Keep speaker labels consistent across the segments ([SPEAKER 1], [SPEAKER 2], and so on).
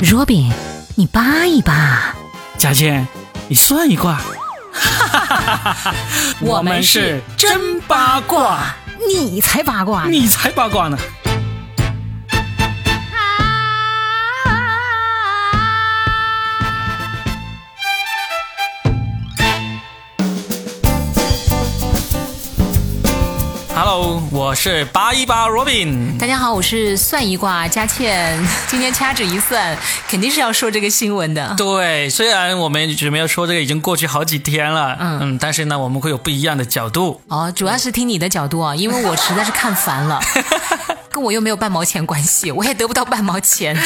[SPEAKER 1] Robin，你扒一扒。
[SPEAKER 2] 佳倩，你算 一卦。我们是真八卦，
[SPEAKER 1] 你才八卦呢。
[SPEAKER 2] 你才八卦呢。Hello，我是八一八 Robin。
[SPEAKER 1] 大家好，我是算一卦佳倩， 今天掐指一算，肯定是要说这个新闻的。
[SPEAKER 2] 对，虽然我们准备要说这个已经过去好几天了，
[SPEAKER 1] 嗯
[SPEAKER 2] 嗯，但是呢，我们会有不一样的角度。
[SPEAKER 1] 哦，主要是听你的角度啊，因为我实在是看烦了，跟我又没有半毛钱关系，我也得不到半毛钱，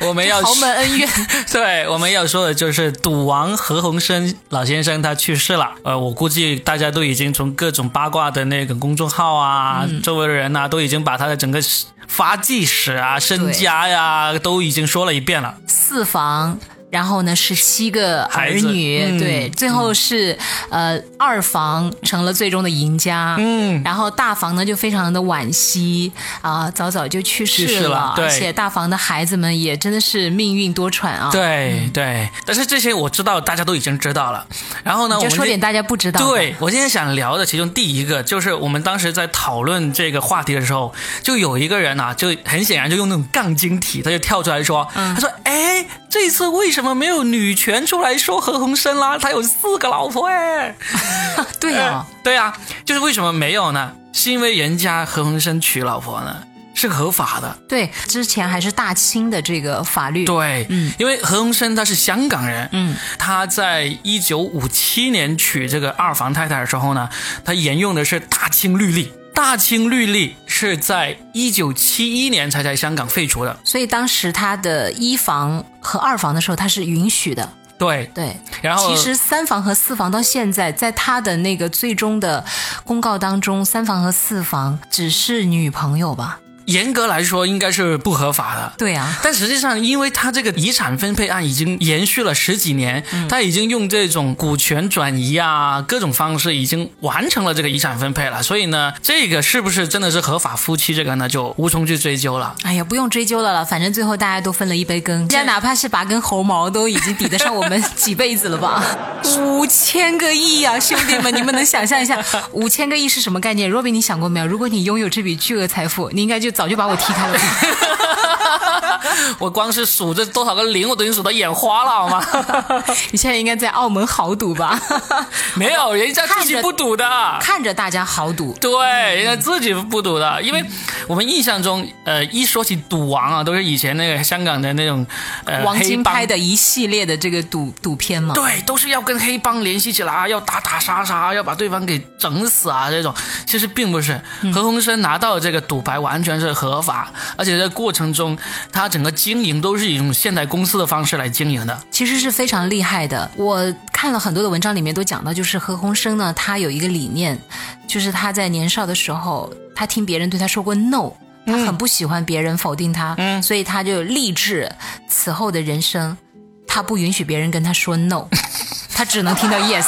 [SPEAKER 2] 我们要
[SPEAKER 1] 豪门恩怨。
[SPEAKER 2] 对，我们要说的就是赌王何鸿燊老先生他去世了。呃，我估计大家都已经从各种八卦的那个公众号啊，周围的人呐、都已经把他的整个发迹史啊、身家呀、都已经说了一遍了。啊
[SPEAKER 1] 四房，然后呢是七个儿
[SPEAKER 2] 孩子
[SPEAKER 1] 女，
[SPEAKER 2] 嗯
[SPEAKER 1] 对，最后是、呃二房成了最终的赢家，嗯，然后大房呢就非常的惋惜啊、早早就去世
[SPEAKER 2] 去世了对
[SPEAKER 1] 而且大房的孩子们也真的是命运多舛啊，，
[SPEAKER 2] 对对，嗯但是这些我知道，大家都已经知道了。然后呢，我
[SPEAKER 1] 就
[SPEAKER 2] 们
[SPEAKER 1] 说
[SPEAKER 2] 这
[SPEAKER 1] 点大家不知道的，
[SPEAKER 2] 对我今天想聊的其中第一个就是我们当时在讨论这个话题的时候，就有一个人啊，就很显然就用那种杠精体，他就跳出来说，他说：“哎，这次为什么没有女权出来说何鸿燊啦？他有四个老婆哎。
[SPEAKER 1] 对
[SPEAKER 2] 呃
[SPEAKER 1] 哦，
[SPEAKER 2] 对啊，就是为什么没有呢？是因为人家何鸿燊娶老婆呢是合法的，
[SPEAKER 1] 对，之前还是大清的这个法律，
[SPEAKER 2] 对，
[SPEAKER 1] 嗯，
[SPEAKER 2] 因为何鸿燊他是香港人，
[SPEAKER 1] 嗯，
[SPEAKER 2] 他在一九五七年娶这个二房太太的时候呢，他沿用的是大清律例。大清律例是在一九七一年才在香港废除的，
[SPEAKER 1] 所以当时他的一房和二房的时候，他是允许的，
[SPEAKER 2] 对。
[SPEAKER 1] 对，
[SPEAKER 2] 然后
[SPEAKER 1] 其实三房和四房到现在，在他的那个最终的公告当中，三房和四房只是女朋友吧？
[SPEAKER 2] 严格来说应该是不合法的。
[SPEAKER 1] 对啊，
[SPEAKER 2] 但实际上，因为他这个遗产分配案已经延续了十几年，
[SPEAKER 1] 嗯
[SPEAKER 2] 他已经用这种股权转移啊各种方式已经完成了这个遗产分配了，所以呢，这个是不是真的是合法夫妻，这个呢就无从去追究了。
[SPEAKER 1] 哎呀，不用追究了了，反正最后大家都分了一杯羹，人家哪怕是拔根猴毛，都已经抵得上我们 几辈子了吧？ 五千个亿啊，兄弟们，你们能想象一下五千个亿是什么概念？若冰，你想过没有？如果你拥有这笔巨额财富，你应该就早就把我踢开了吧。
[SPEAKER 2] 我光是数这多少个零，我都已经数到眼花了，好吗？
[SPEAKER 1] 你现在应该在澳门豪赌吧？
[SPEAKER 2] 没有，人家自己不赌的。
[SPEAKER 1] 看着大家豪赌，
[SPEAKER 2] 对，人家自己不赌的，因为我们印象中，呃，一说起赌王啊，都是以前那个香港的那种，呃，
[SPEAKER 1] 王晶
[SPEAKER 2] 黑帮
[SPEAKER 1] 拍的一系列的这个赌赌片嘛。
[SPEAKER 2] 对，都是要跟黑帮联系起来啊，要打打杀杀，要把对方给整死啊，这种其实并不是。何鸿燊拿到这个赌牌完全是合法，而且在过程中，他整个经营都是以一种现代公司的方式来经营的。
[SPEAKER 1] 其实是非常厉害的。我看了很多的文章，里面都讲到，就是何鸿燊呢，他有一个理念，就是他在年少的时候，他听别人对他说过 no。他很不喜欢别人否定他，所以他就立志此后的人生，他不允许别人跟他说 no，他只能听到 yes，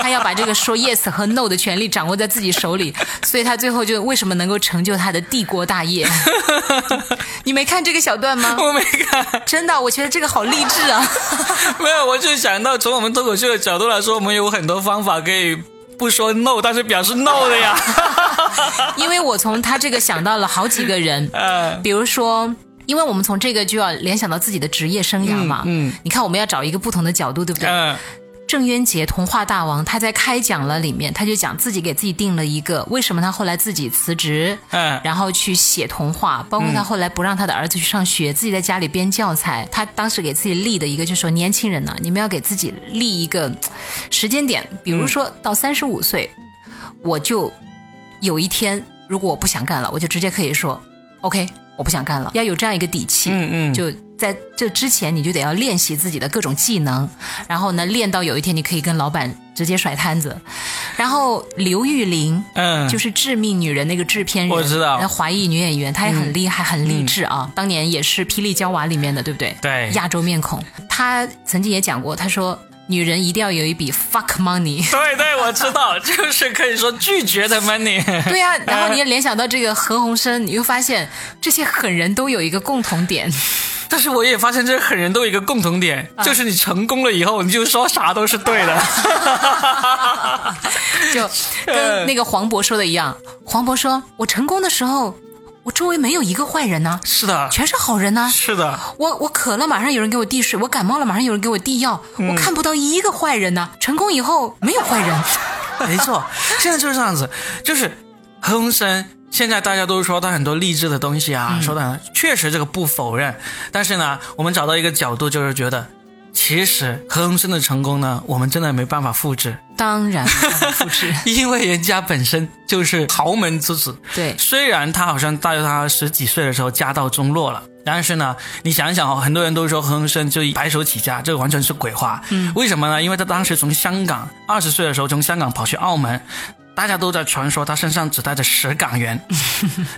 [SPEAKER 1] 他要把这个说 yes 和 no 的权利掌握在自己手里，所以他最后就为什么能够成就他的帝国大业？你没看这个小段吗？
[SPEAKER 2] 我没看，
[SPEAKER 1] 真的，我觉得这个好励志啊！
[SPEAKER 2] 没有，我就想到从我们脱口秀的角度来说，我们有很多方法可以不说 no，但是表示 no 的 呀。
[SPEAKER 1] 因为我从他这个想到了好几个人，
[SPEAKER 2] 呃，
[SPEAKER 1] 比如说。因为我们从这个就要联想到自己的职业生涯嘛，
[SPEAKER 2] 嗯
[SPEAKER 1] 你看我们要找一个不同的角度，对不对？
[SPEAKER 2] 嗯，
[SPEAKER 1] 郑渊洁《童话大王》他在开讲了里面，他就讲自己给自己定了一个为什么他后来自己辞职，
[SPEAKER 2] 嗯
[SPEAKER 1] 然后去写童话，包括他后来不让他的儿子去上学，自己在家里编教材。他当时给自己立的一个，就说年轻人呢、你们要给自己立一个时间点，比
[SPEAKER 2] 嗯
[SPEAKER 1] 如说到三十五岁，我就有一天，如果我不想干了，我就直接可以说 OK，我不想干了，要有这样一个底气。
[SPEAKER 2] 嗯嗯
[SPEAKER 1] 就在这之前，你就得要练习自己的各种技能，然后呢，练到有一天你可以跟老板直接甩摊子。然后刘玉玲，
[SPEAKER 2] 嗯
[SPEAKER 1] 就是《致命女人》那个制片人，
[SPEAKER 2] 我知道嗯
[SPEAKER 1] 那华裔女演员，她也很厉害，很励志啊。当年也是《霹雳娇娃》里面的，对不对？
[SPEAKER 2] 对
[SPEAKER 1] 亚洲面孔。她曾经也讲过，她说女人一定要有一笔 fuck money。
[SPEAKER 2] 对对，我知道， 就是可以说拒绝的 money。
[SPEAKER 1] 对啊呀、 然后你也联想到这个何鸿燊，你又发现这些狠人都有一个共同点，
[SPEAKER 2] 但是我也发现这狠人都有一个共同点，
[SPEAKER 1] 嗯
[SPEAKER 2] 就是你成功了以后，你就说啥都是对 的。
[SPEAKER 1] 就
[SPEAKER 2] 嗯
[SPEAKER 1] 跟那个黄渤说的一样，黄渤说：“我成功的时候，我周围没有一个坏人呐、
[SPEAKER 2] 是的，
[SPEAKER 1] 全是好人呐、啊
[SPEAKER 2] 是的，
[SPEAKER 1] 我我渴了，马上有人给我递水；我感冒了，马上有人给我递药。
[SPEAKER 2] 嗯
[SPEAKER 1] 我看不到一个坏人呐、成功以后没有坏人，
[SPEAKER 2] 没错，现在就是这样子，就是何鸿燊。现在大家都说他很多励志的东西
[SPEAKER 1] 嗯
[SPEAKER 2] 啊，说的很确实这个不否认，但是呢，我们找到一个角度，就是觉得，其实何鸿燊的成功呢，我们真的没办法复制，
[SPEAKER 1] 当然没办法复制。
[SPEAKER 2] 因为人家本身就是豪门之子。
[SPEAKER 1] 对，
[SPEAKER 2] 虽然他好像大约他十几岁的时候家道中落了。但是呢，你想一想哦，很多人都说何鸿燊就白手起家，这个完全是鬼话。嗯，为什么呢？因为他当时从香港二十岁的时候从香港跑去澳门，大家都在传说他身上只带着十港元，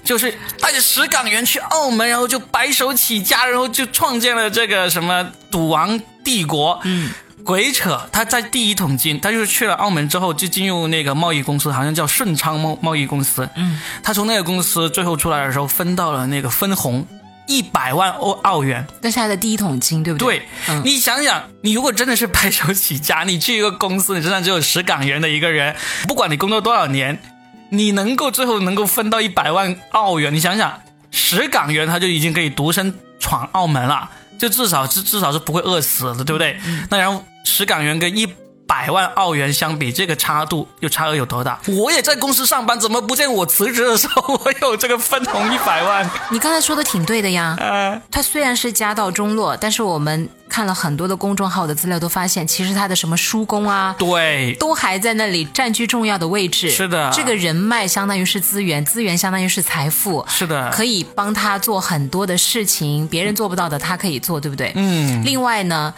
[SPEAKER 2] 就是带着十港元去澳门，然后就白手起家，然后就创建了这个什么赌王帝国。嗯。鬼扯！他在第一桶金，他就是去了澳门之后，就进入那个贸易公司，好像叫顺昌贸贸易公司。嗯，他从那个公司最后出来的时候，分到了那个分红一百万欧澳元。
[SPEAKER 1] 那是他的第一桶金，对不对？嗯
[SPEAKER 2] 对，你想想，你如果真的是白手起家，你去一个公司，你身上只有十港元的一个人，不管你工作多少年，你能够最后能够分到一百万澳元，你想想，十港元他就已经可以独身闯澳门了，就至少是至少是不会饿死的，对不对？那然后十港元跟一。百万澳元相比，这个差度又差额有多大？我也在公司上班，怎么不见我辞职的时候我有这个分红一百万？
[SPEAKER 1] 你刚才说的挺对的呀。
[SPEAKER 2] 呃，
[SPEAKER 1] 他虽然是家道中落，但是我们看了很多的公众号的资料，都发现其实他的什么叔公啊，
[SPEAKER 2] 对，
[SPEAKER 1] 都还在那里占据重要的位置。
[SPEAKER 2] 是的
[SPEAKER 1] 这个人脉相当于是资源，资源相当于是财富，
[SPEAKER 2] 是的，
[SPEAKER 1] 可以帮他做很多的事情，别人做不到的他可以做，对不对？嗯。另外呢，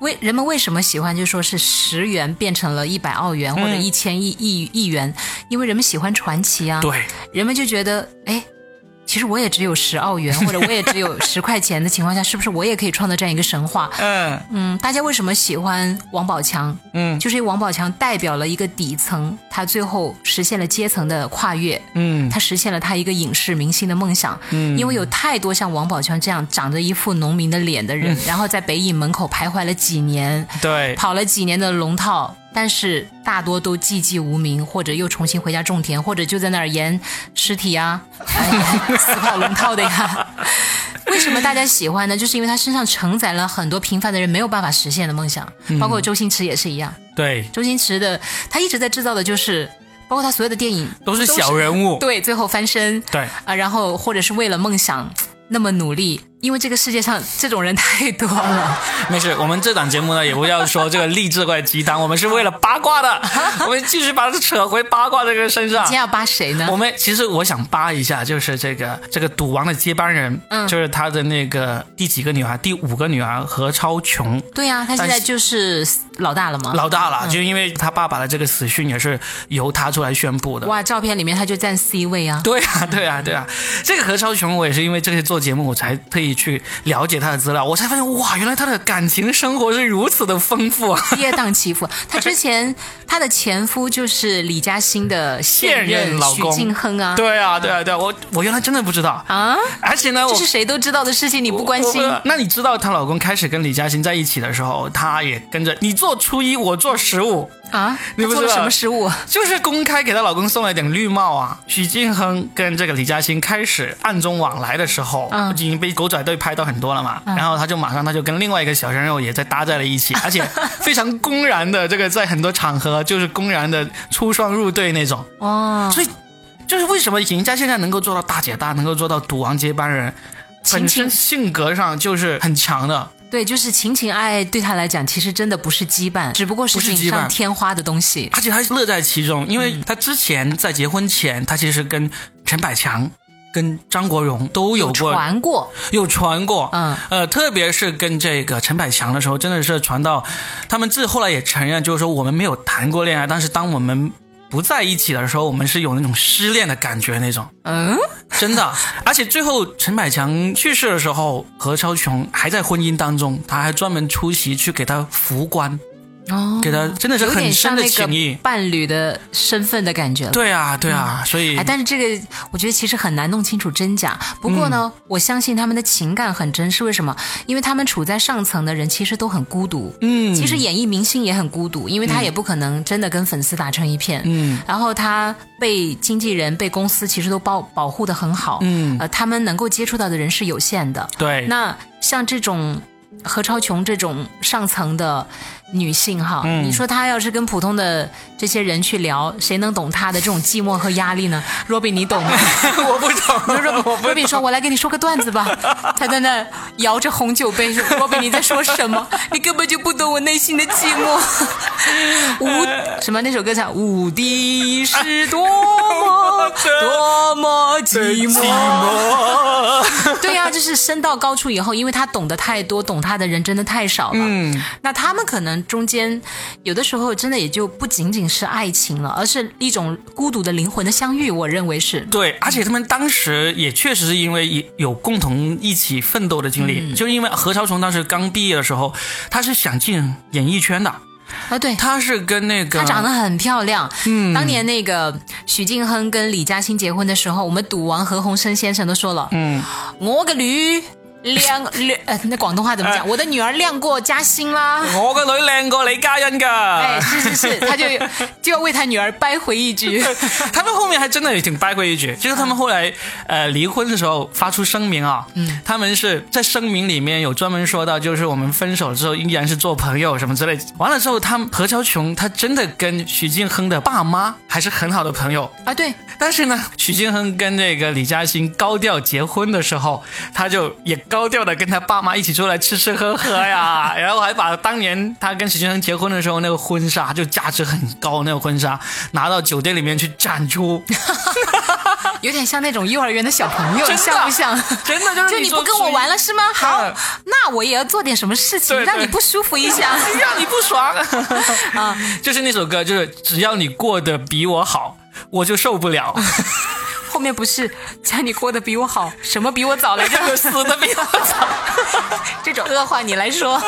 [SPEAKER 1] 为人们为什么喜欢就说是十元变成了一百澳元或者
[SPEAKER 2] 嗯
[SPEAKER 1] 一千亿亿亿元？因为人们喜欢传奇啊。。
[SPEAKER 2] 对。
[SPEAKER 1] 人们就觉得，哎，其实我也只有十澳元，或者我也只 有十块钱的情况下，是不是我也可以创造这样一个神话？
[SPEAKER 2] 嗯，
[SPEAKER 1] 嗯，大家为什么喜欢王宝强？
[SPEAKER 2] 嗯
[SPEAKER 1] 就是因为王宝强代表了一个底层，他最后实现了阶层的跨越，
[SPEAKER 2] 嗯，
[SPEAKER 1] 他实现了他一个影视明星的梦想。嗯，因为有太多像王宝强这样长着一副农民的脸的人，然后在北影门口徘徊了几年，
[SPEAKER 2] 对，
[SPEAKER 1] 跑了几年的龙套，但是大多都寂寂无名，或者又重新回家种田，或者就在那儿演尸体啊， 哎死跑龙套的呀。为什么大家喜欢呢？就是因为他身上承载了很多平凡的人没有办法实现的梦想，包括周星驰也是一样。
[SPEAKER 2] 对，
[SPEAKER 1] 周星驰的他一直在制造的就是，包括他所有的电影
[SPEAKER 2] 都是小人物。
[SPEAKER 1] 对，最后翻身，
[SPEAKER 2] 对
[SPEAKER 1] 啊，然后或者是为了梦想那么努力，因为这个世界上这种人太多了。
[SPEAKER 2] 没事，我们这档节目呢，也不要说这个励志怪鸡汤，我们是为了八卦 的，我们继续把它扯回八卦这个身上
[SPEAKER 1] 今。天要扒谁呢
[SPEAKER 2] 我？们其实我想扒一下，就是这个这个赌王的接班人，
[SPEAKER 1] 嗯
[SPEAKER 2] 就是他的那个第几个女孩，第五个女儿何超琼，
[SPEAKER 1] 对呀、他现
[SPEAKER 2] 但
[SPEAKER 1] 在
[SPEAKER 2] 是
[SPEAKER 1] 就是老大了嘛。
[SPEAKER 2] 老大了，就因为他爸爸的这个死讯也是由他出来宣布的。
[SPEAKER 1] 哇，照片里面他就占 C 位啊。
[SPEAKER 2] 对啊，对啊，对啊，这个何超琼，我也是因为这个做节目，我才特意去了解她的资料，我才发现哇，原来她的感情生活是如此的丰富啊！
[SPEAKER 1] 跌宕起伏，他之前他的前夫就是李嘉欣的现
[SPEAKER 2] 现任老
[SPEAKER 1] 许
[SPEAKER 2] 公
[SPEAKER 1] 晋亨啊，
[SPEAKER 2] 对啊，对啊，对啊，我我原来真的不知道，
[SPEAKER 1] 啊，
[SPEAKER 2] 而且呢，我
[SPEAKER 1] 这是谁都知道的事情，你不关心
[SPEAKER 2] 我我那你知道她老公开始跟李嘉欣在一起的时候，她也跟着你做初一，我做十五，
[SPEAKER 1] 啊？
[SPEAKER 2] 你不
[SPEAKER 1] 他做了
[SPEAKER 2] 知道哦
[SPEAKER 1] 什么失 误？
[SPEAKER 2] 就是公开给她老公送了一顶绿帽啊。许晋亨跟这个李嘉欣开始暗中往来的时候，
[SPEAKER 1] 嗯
[SPEAKER 2] 已经被狗仔队拍到很多了嘛。然后他就马上他就跟另外一个小鲜肉也在搭在了一 起，而且非常公然的这个在很多场合就是公然的出双入对那种。
[SPEAKER 1] 哦，
[SPEAKER 2] 所以就是为什么赢家现在能够做到大姐大，能够做到赌王接班人，本
[SPEAKER 1] 亲
[SPEAKER 2] 身
[SPEAKER 1] 情
[SPEAKER 2] 性格上就是很强的。
[SPEAKER 1] 对，就是情情爱爱对他来讲，其实真的不是羁绊，只不过是
[SPEAKER 2] 不是羁
[SPEAKER 1] 锦
[SPEAKER 2] 绊
[SPEAKER 1] 上添花的东西。
[SPEAKER 2] 而且他乐在其中，因
[SPEAKER 1] 嗯
[SPEAKER 2] 为他之前在结婚前，他其实跟陈百强、跟张国荣都有过
[SPEAKER 1] 传过，
[SPEAKER 2] 有传过，
[SPEAKER 1] 嗯，
[SPEAKER 2] 呃，特别是跟这个陈百强的时候，真的是传到他们自后来也承认，就是说我们没有谈过恋爱，但是当我们不在一起的时候，我们是有那种失恋的感觉那种。
[SPEAKER 1] 嗯，
[SPEAKER 2] 真的，而且最后陈百强去世的时候，何超琼还在婚姻当中，她还专门出席去给他扶棺，
[SPEAKER 1] 哦，
[SPEAKER 2] 给他真的是
[SPEAKER 1] 有
[SPEAKER 2] 很
[SPEAKER 1] 点
[SPEAKER 2] 深
[SPEAKER 1] 像
[SPEAKER 2] 的
[SPEAKER 1] 那
[SPEAKER 2] 情
[SPEAKER 1] 个
[SPEAKER 2] 谊。
[SPEAKER 1] 伴侣的身份的感觉了。
[SPEAKER 2] 对啊，对啊，所以
[SPEAKER 1] 哎，但是这个我觉得其实很难弄清楚真假。不过呢，
[SPEAKER 2] 嗯
[SPEAKER 1] 我相信他们的情感很真，是为什么？因为他们处在上层的人其实都很孤独。
[SPEAKER 2] 嗯，
[SPEAKER 1] 其实演艺明星也很孤独，因为他也不可能真的跟粉丝打成一片。
[SPEAKER 2] 嗯，
[SPEAKER 1] 然后他被经纪人、被公司其实都保保护的很好。
[SPEAKER 2] 嗯
[SPEAKER 1] 呃，他们能够接触到的人是有限的。
[SPEAKER 2] 对，
[SPEAKER 1] 那像这种何超琼这种上层的女性哈，
[SPEAKER 2] 嗯
[SPEAKER 1] 你说她要是跟普通的这些人去聊，谁能懂她的这种寂寞和压力呢？若比你懂吗？
[SPEAKER 2] 我不 懂，我
[SPEAKER 1] 若
[SPEAKER 2] 不
[SPEAKER 1] 比说：“我来给你说个段子吧。”她在那摇着红酒杯说：“若比你在说什么？你根本就不懂我内心的寂寞。无什么那首歌叫《无敌是多么多么寂寞》。”
[SPEAKER 2] 寞，
[SPEAKER 1] 对呀、就是升到高处以后，因为他懂得太多，懂他的人真的太少了。
[SPEAKER 2] 嗯，
[SPEAKER 1] 那他们可能中间有的时候真的也就不仅仅是爱情了，而是一种孤独的灵魂的相遇。我认为是，
[SPEAKER 2] 对，而且他们当时也确实是因为也有共同一起奋斗的经历，
[SPEAKER 1] 嗯
[SPEAKER 2] 就是因为何超琼当时刚毕业的时候，她是想进演艺圈的，
[SPEAKER 1] 啊，对。
[SPEAKER 2] 她是跟那个
[SPEAKER 1] 她长得很漂亮，嗯，当年那个许晋亨跟李嘉欣结婚的时候，我们赌王何鸿燊先生都说了，
[SPEAKER 2] 嗯，
[SPEAKER 1] 我个驴 亮亮，呃，那广东话怎么讲？我的女儿亮过嘉欣啦，
[SPEAKER 2] 我个女靓过李嘉欣噶，
[SPEAKER 1] 哎，是是是，他 就就要为他女儿掰回一局。
[SPEAKER 2] 他们后面还真的也挺掰过一句，就是他们后来呃离婚的时候发出声明啊，嗯，他们是在声明里面有专门说到，就是我们分手之后依然是做朋友什么之类。完了之后，他们何超琼她真的跟许晋亨的爸妈还是很好的朋友，
[SPEAKER 1] 啊，对，
[SPEAKER 2] 但是呢，许晋亨跟这个李嘉欣高调结婚的时候，他就也高调的跟他爸妈一起出来吃吃喝喝呀，然后还把当年他跟许晋亨结婚的时候那个婚纱，就价值很高那个婚纱，拿到酒店里面去展出，
[SPEAKER 1] 有点像那种幼儿园的小朋友，
[SPEAKER 2] 真的
[SPEAKER 1] 像不像？
[SPEAKER 2] 真的就是
[SPEAKER 1] 就你
[SPEAKER 2] 说
[SPEAKER 1] 不跟我玩了是吗？好
[SPEAKER 2] 嗯，
[SPEAKER 1] 那我也要做点什么事情
[SPEAKER 2] 对对
[SPEAKER 1] 让你不舒服一 下。
[SPEAKER 2] 出去，让哎你不爽啊！ 就是那首歌，就是只要你过得比我好，我就受不了，
[SPEAKER 1] 后面不是只要你过得比我好，什么比我早来着？
[SPEAKER 2] 死的比我 早。
[SPEAKER 1] 这种恶话你来 说。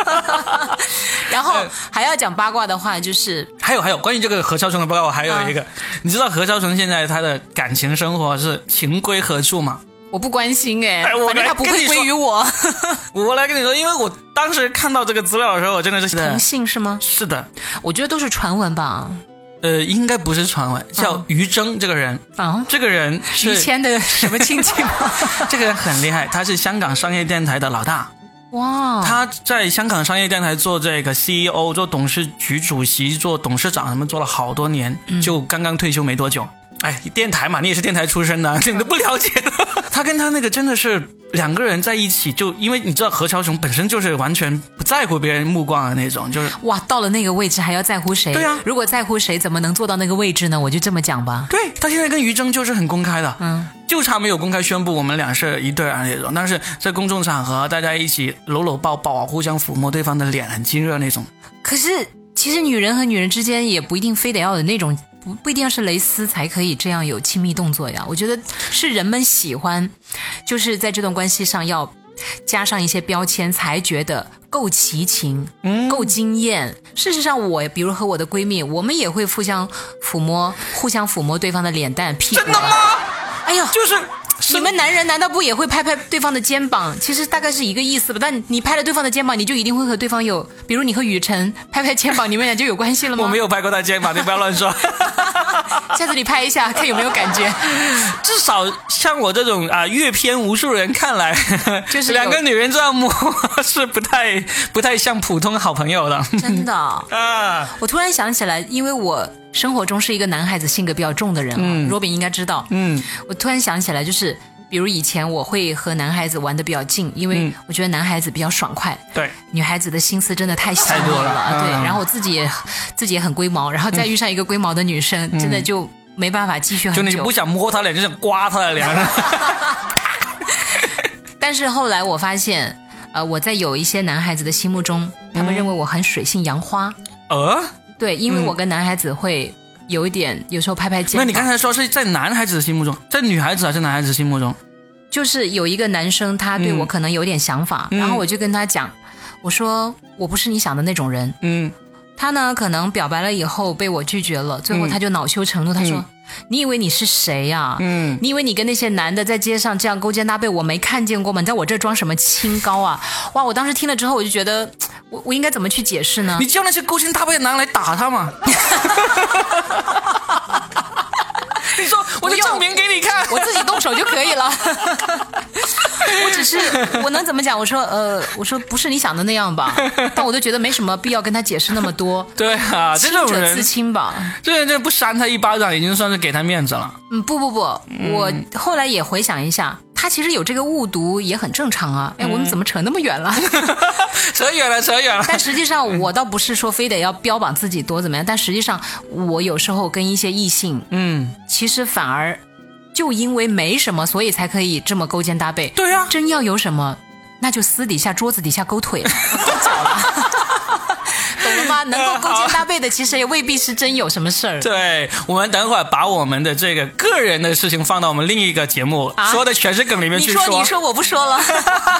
[SPEAKER 1] 然后
[SPEAKER 2] 嗯
[SPEAKER 1] 还要讲八卦的话，就是
[SPEAKER 2] 还有还有，关于这个何超琼的报告，我还有一个，你知道何超琼现在她的感情生活是情归何处吗？
[SPEAKER 1] 我不关心哎，
[SPEAKER 2] 哎我
[SPEAKER 1] 反正
[SPEAKER 2] 来
[SPEAKER 1] 他不
[SPEAKER 2] 跟
[SPEAKER 1] 会
[SPEAKER 2] 你
[SPEAKER 1] 归
[SPEAKER 2] 说
[SPEAKER 1] 于我。
[SPEAKER 2] 我来跟你说，因为我当时看到这个资料的时候，我真的 是
[SPEAKER 1] 同性是吗？
[SPEAKER 2] 是的，
[SPEAKER 1] 我觉得都是传闻吧。
[SPEAKER 2] 呃，应该不是传闻，叫于铮这个人，
[SPEAKER 1] 啊，
[SPEAKER 2] 这个人
[SPEAKER 1] 嗯于
[SPEAKER 2] 是
[SPEAKER 1] 谦 的什么亲戚吗？
[SPEAKER 2] 这个人很厉害，他是香港商业电台的老大，
[SPEAKER 1] 哇，
[SPEAKER 2] 他在香港商业电台做这个 CEO，做董事局主席，做董事长，什么做了好多年，
[SPEAKER 1] 嗯
[SPEAKER 2] 就刚刚退休没多久。哎，电台嘛，你也是电台出身的， 你都不了解。 他跟他那个真的是两个人在一起，就因为你知道何乔雄本身就是完全不在乎别人目光的那种，就是
[SPEAKER 1] 哇，到了那个位置还要在乎谁？
[SPEAKER 2] 对啊
[SPEAKER 1] 如果在乎谁，怎么能做到那个位置呢？我就这么讲吧。
[SPEAKER 2] 对他现在跟于铮就是很公开的，
[SPEAKER 1] 嗯，
[SPEAKER 2] 就差没有公开宣布我们俩是一对啊那种，但是在公众场合大家一起搂搂抱抱，互相抚摸对方的脸，很亲热那种。
[SPEAKER 1] 可是其实女人和女人之间也不一定非得要有那种不不一定要是蕾丝才可以这样有亲密动作呀。我觉得是人们喜欢，就是在这段关系上要加上一些标签，才觉得够齐情，够惊艳。事实上我，比如和我的闺蜜，我们也会互相抚摸，互相抚摸对方的脸蛋、屁股。真的吗？哎呦，
[SPEAKER 2] 就是
[SPEAKER 1] 你们男人难道不也会拍拍对方的肩膀？其实大概是一个意思吧。但你拍了对方的肩膀，你就一定会和对方有，比如你和雨辰拍拍肩膀，你们俩就有关系了吗？
[SPEAKER 2] 我没。有拍过他肩膀，你不要乱说。
[SPEAKER 1] 下次你拍一下，看有没有感 觉。
[SPEAKER 2] 至少像我这种啊阅片无数的人看来，
[SPEAKER 1] 就是有
[SPEAKER 2] 两个女人这样摸是不太不太像普通好朋友的
[SPEAKER 1] 真的，
[SPEAKER 2] 啊。
[SPEAKER 1] 我突然想起来，因为我生活中是一个男孩子性格比较重的人嘛，若饼应该知道。
[SPEAKER 2] 嗯，
[SPEAKER 1] 我突然想起来，就是比如以前我会和男孩子玩的比较近，因为
[SPEAKER 2] 嗯
[SPEAKER 1] 我觉得男孩子比较爽快。
[SPEAKER 2] 对，
[SPEAKER 1] 女孩子的心思真的太细腻
[SPEAKER 2] 太多了
[SPEAKER 1] 啊对，
[SPEAKER 2] 嗯
[SPEAKER 1] 然后我自己也自己也很龟毛，然后再遇上一个龟毛的女生，真的就没办法继续
[SPEAKER 2] 就
[SPEAKER 1] 很
[SPEAKER 2] 你
[SPEAKER 1] 久
[SPEAKER 2] 不。想摸她脸，就想刮她的脸。
[SPEAKER 1] 但是后来我发现，呃，我在有一些男孩子的心目中，他们认为我很水性杨花。
[SPEAKER 2] 呃，
[SPEAKER 1] 对，因为我跟男孩子会有一点，有时候拍拍肩膀。
[SPEAKER 2] 那你刚才说是在男孩子的心目中，在女孩子还是男孩子心目中？
[SPEAKER 1] 就是有一个男生，他对我
[SPEAKER 2] 嗯
[SPEAKER 1] 可能有点想法，然后我就跟他讲，我说我不是你想的那种人，
[SPEAKER 2] 嗯
[SPEAKER 1] 他呢可能表白了以后被我拒绝了，最后他就恼羞成怒，他说。
[SPEAKER 2] 嗯
[SPEAKER 1] 你以为你是谁呀、嗯，你以为你跟那些男的在街上这样勾肩搭背，我没看见过吗？你在我这装什么清高啊？哇！我当时听了之后，我就觉得，我我应该怎么去解释呢
[SPEAKER 2] 你？叫那些勾心搭背的男人来打 他嘛？ 你说，我就证明给你看。
[SPEAKER 1] 我自己动手就可以了。 我只是我能怎么讲？我说呃，我说不是你想的那样吧，但我都觉得没什么必要跟他解释那么多，
[SPEAKER 2] 对啊， 这
[SPEAKER 1] 清
[SPEAKER 2] 种
[SPEAKER 1] 者
[SPEAKER 2] 人
[SPEAKER 1] 自，清吧。
[SPEAKER 2] 对对，不扇他一巴掌已经算是给他面子了。
[SPEAKER 1] 嗯，不不不，我
[SPEAKER 2] 嗯
[SPEAKER 1] 后来也回想一下，他其实有这个误读也很正常啊。哎，我
[SPEAKER 2] 嗯
[SPEAKER 1] 们怎么扯那么远了？
[SPEAKER 2] 扯远了，扯远了。
[SPEAKER 1] 但实际
[SPEAKER 2] 嗯
[SPEAKER 1] 上，我倒不是说非得要标榜自己多怎么样，但实际上，我有时候跟一些异性，
[SPEAKER 2] 嗯，
[SPEAKER 1] 其实反而就因为没什么，所以才可以这么勾肩搭背。
[SPEAKER 2] 对啊呀、
[SPEAKER 1] 真要有什么，那就私底下桌子底下勾腿了，勾脚了。 懂了吗？能够勾肩搭背的，其实也未必是真有什么事儿。
[SPEAKER 2] 对我们等会儿把我们的这个个人的事情放到我们另一个节目，
[SPEAKER 1] 啊
[SPEAKER 2] 说的全是梗里面
[SPEAKER 1] 你
[SPEAKER 2] 去
[SPEAKER 1] 说，你说，我不说了。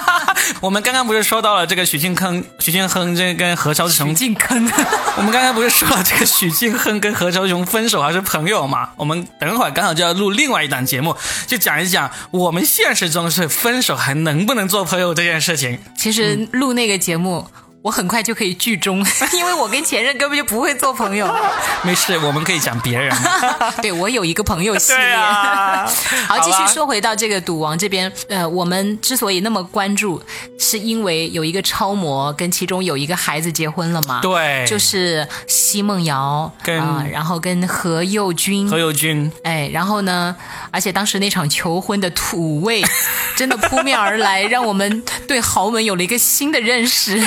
[SPEAKER 2] 我们刚刚不是说到了这个许靖坑、许靖亨这跟何超琼
[SPEAKER 1] 穷进坑，
[SPEAKER 2] 我们刚才不是说了这个许靖亨跟何超琼分手还是朋友嘛？我们等会儿刚好就要录另外一档节目，就讲一讲我们现实中是分手还能不能做朋友这件事情。
[SPEAKER 1] 其实录那个节目。我很快就可以剧 终，因为我跟前任根本就不会做朋友。
[SPEAKER 2] 没事，我们可以讲别人。
[SPEAKER 1] 对我有一个朋友系 列。
[SPEAKER 2] 对啊
[SPEAKER 1] 好，继续
[SPEAKER 2] 吧
[SPEAKER 1] 说回到这个赌王这边，呃，我们之所以那么关注，是因为有一个超模跟其中有一个孩子结婚了嘛？，
[SPEAKER 2] 对，
[SPEAKER 1] 就是奚梦瑶
[SPEAKER 2] 跟
[SPEAKER 1] 啊、然后跟何猷君
[SPEAKER 2] 何。猷君。
[SPEAKER 1] 哎，然后呢？而且当时那场求婚的土味， 真的扑面而来，让我们对豪门有了一个新的认识。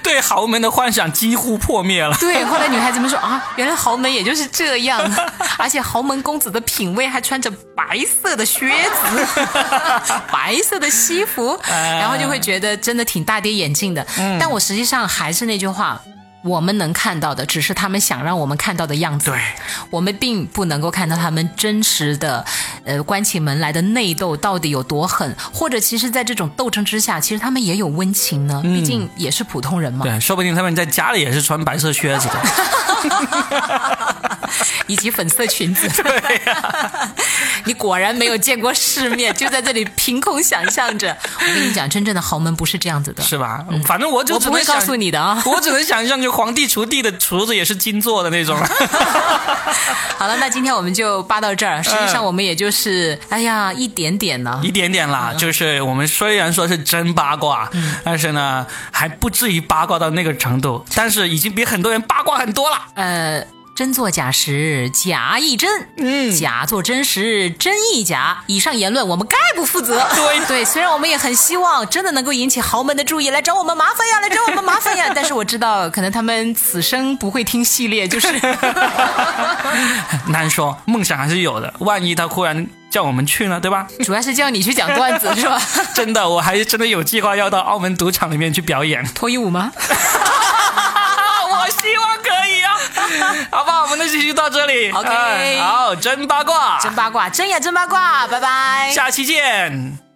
[SPEAKER 2] 对豪门的幻想几乎破灭了。
[SPEAKER 1] 对，后来女孩子们说啊，原来豪门也就是这样， 而且豪门公子的品味还穿着白色的靴子、 白色的西 服，
[SPEAKER 2] 嗯
[SPEAKER 1] 然后就会觉得真的挺大跌眼镜的。但我实际上还是那句话。我们能看到的，只是他们想让我们看到的样子。
[SPEAKER 2] 对，
[SPEAKER 1] 我们并不能够看到他们真实的，呃，关起门来的内斗到底有多狠，或者其实，在这种斗争之下，其实他们也有温情呢。
[SPEAKER 2] 嗯
[SPEAKER 1] 毕竟也是普通人嘛。
[SPEAKER 2] 对，说不定他们在家里也是穿白色 靴子的。
[SPEAKER 1] 以及粉色裙子。 你果然没有见过世面，就在这里凭空想象着。我跟你讲，真正的豪门不是这样子 的。
[SPEAKER 2] 是吧？反正我就
[SPEAKER 1] 我
[SPEAKER 2] 只
[SPEAKER 1] 不
[SPEAKER 2] 能
[SPEAKER 1] 会
[SPEAKER 2] 想。
[SPEAKER 1] 告诉你的啊
[SPEAKER 2] 我只能想象，就皇帝锄地的锄子也是金做的那 种。
[SPEAKER 1] 好了，那今天我们就扒到这儿。实际上，我们也就是，哎呀，一点点呢、
[SPEAKER 2] 一点点啦，就是我们虽然说是真八卦，但是呢还不至于八卦到那个程度，但是已经比很多人八卦很多了。
[SPEAKER 1] 呃，真做假实，假亦真。嗯，假做真实，真亦假。以上言论我们概不负责。
[SPEAKER 2] 对
[SPEAKER 1] 对，虽然我们也很希望真的能够引起豪门的注意，来找我们麻烦呀，来找我们麻烦呀。但是我知道，可能他们此生不会听系列，就是
[SPEAKER 2] 难说，梦想还是有的，万一他忽然叫我们去呢，对吧？
[SPEAKER 1] 主要是叫你去讲段子是吧？
[SPEAKER 2] 真的，我还是真的有计划要到澳门赌场里面去表演。
[SPEAKER 1] 脱衣舞吗？
[SPEAKER 2] 啊，我希望可以啊， 好吧，我们的期就到这里。
[SPEAKER 1] OK
[SPEAKER 2] 嗯好，真八卦，
[SPEAKER 1] 真八卦，真呀真八卦，拜拜。
[SPEAKER 2] 下期见。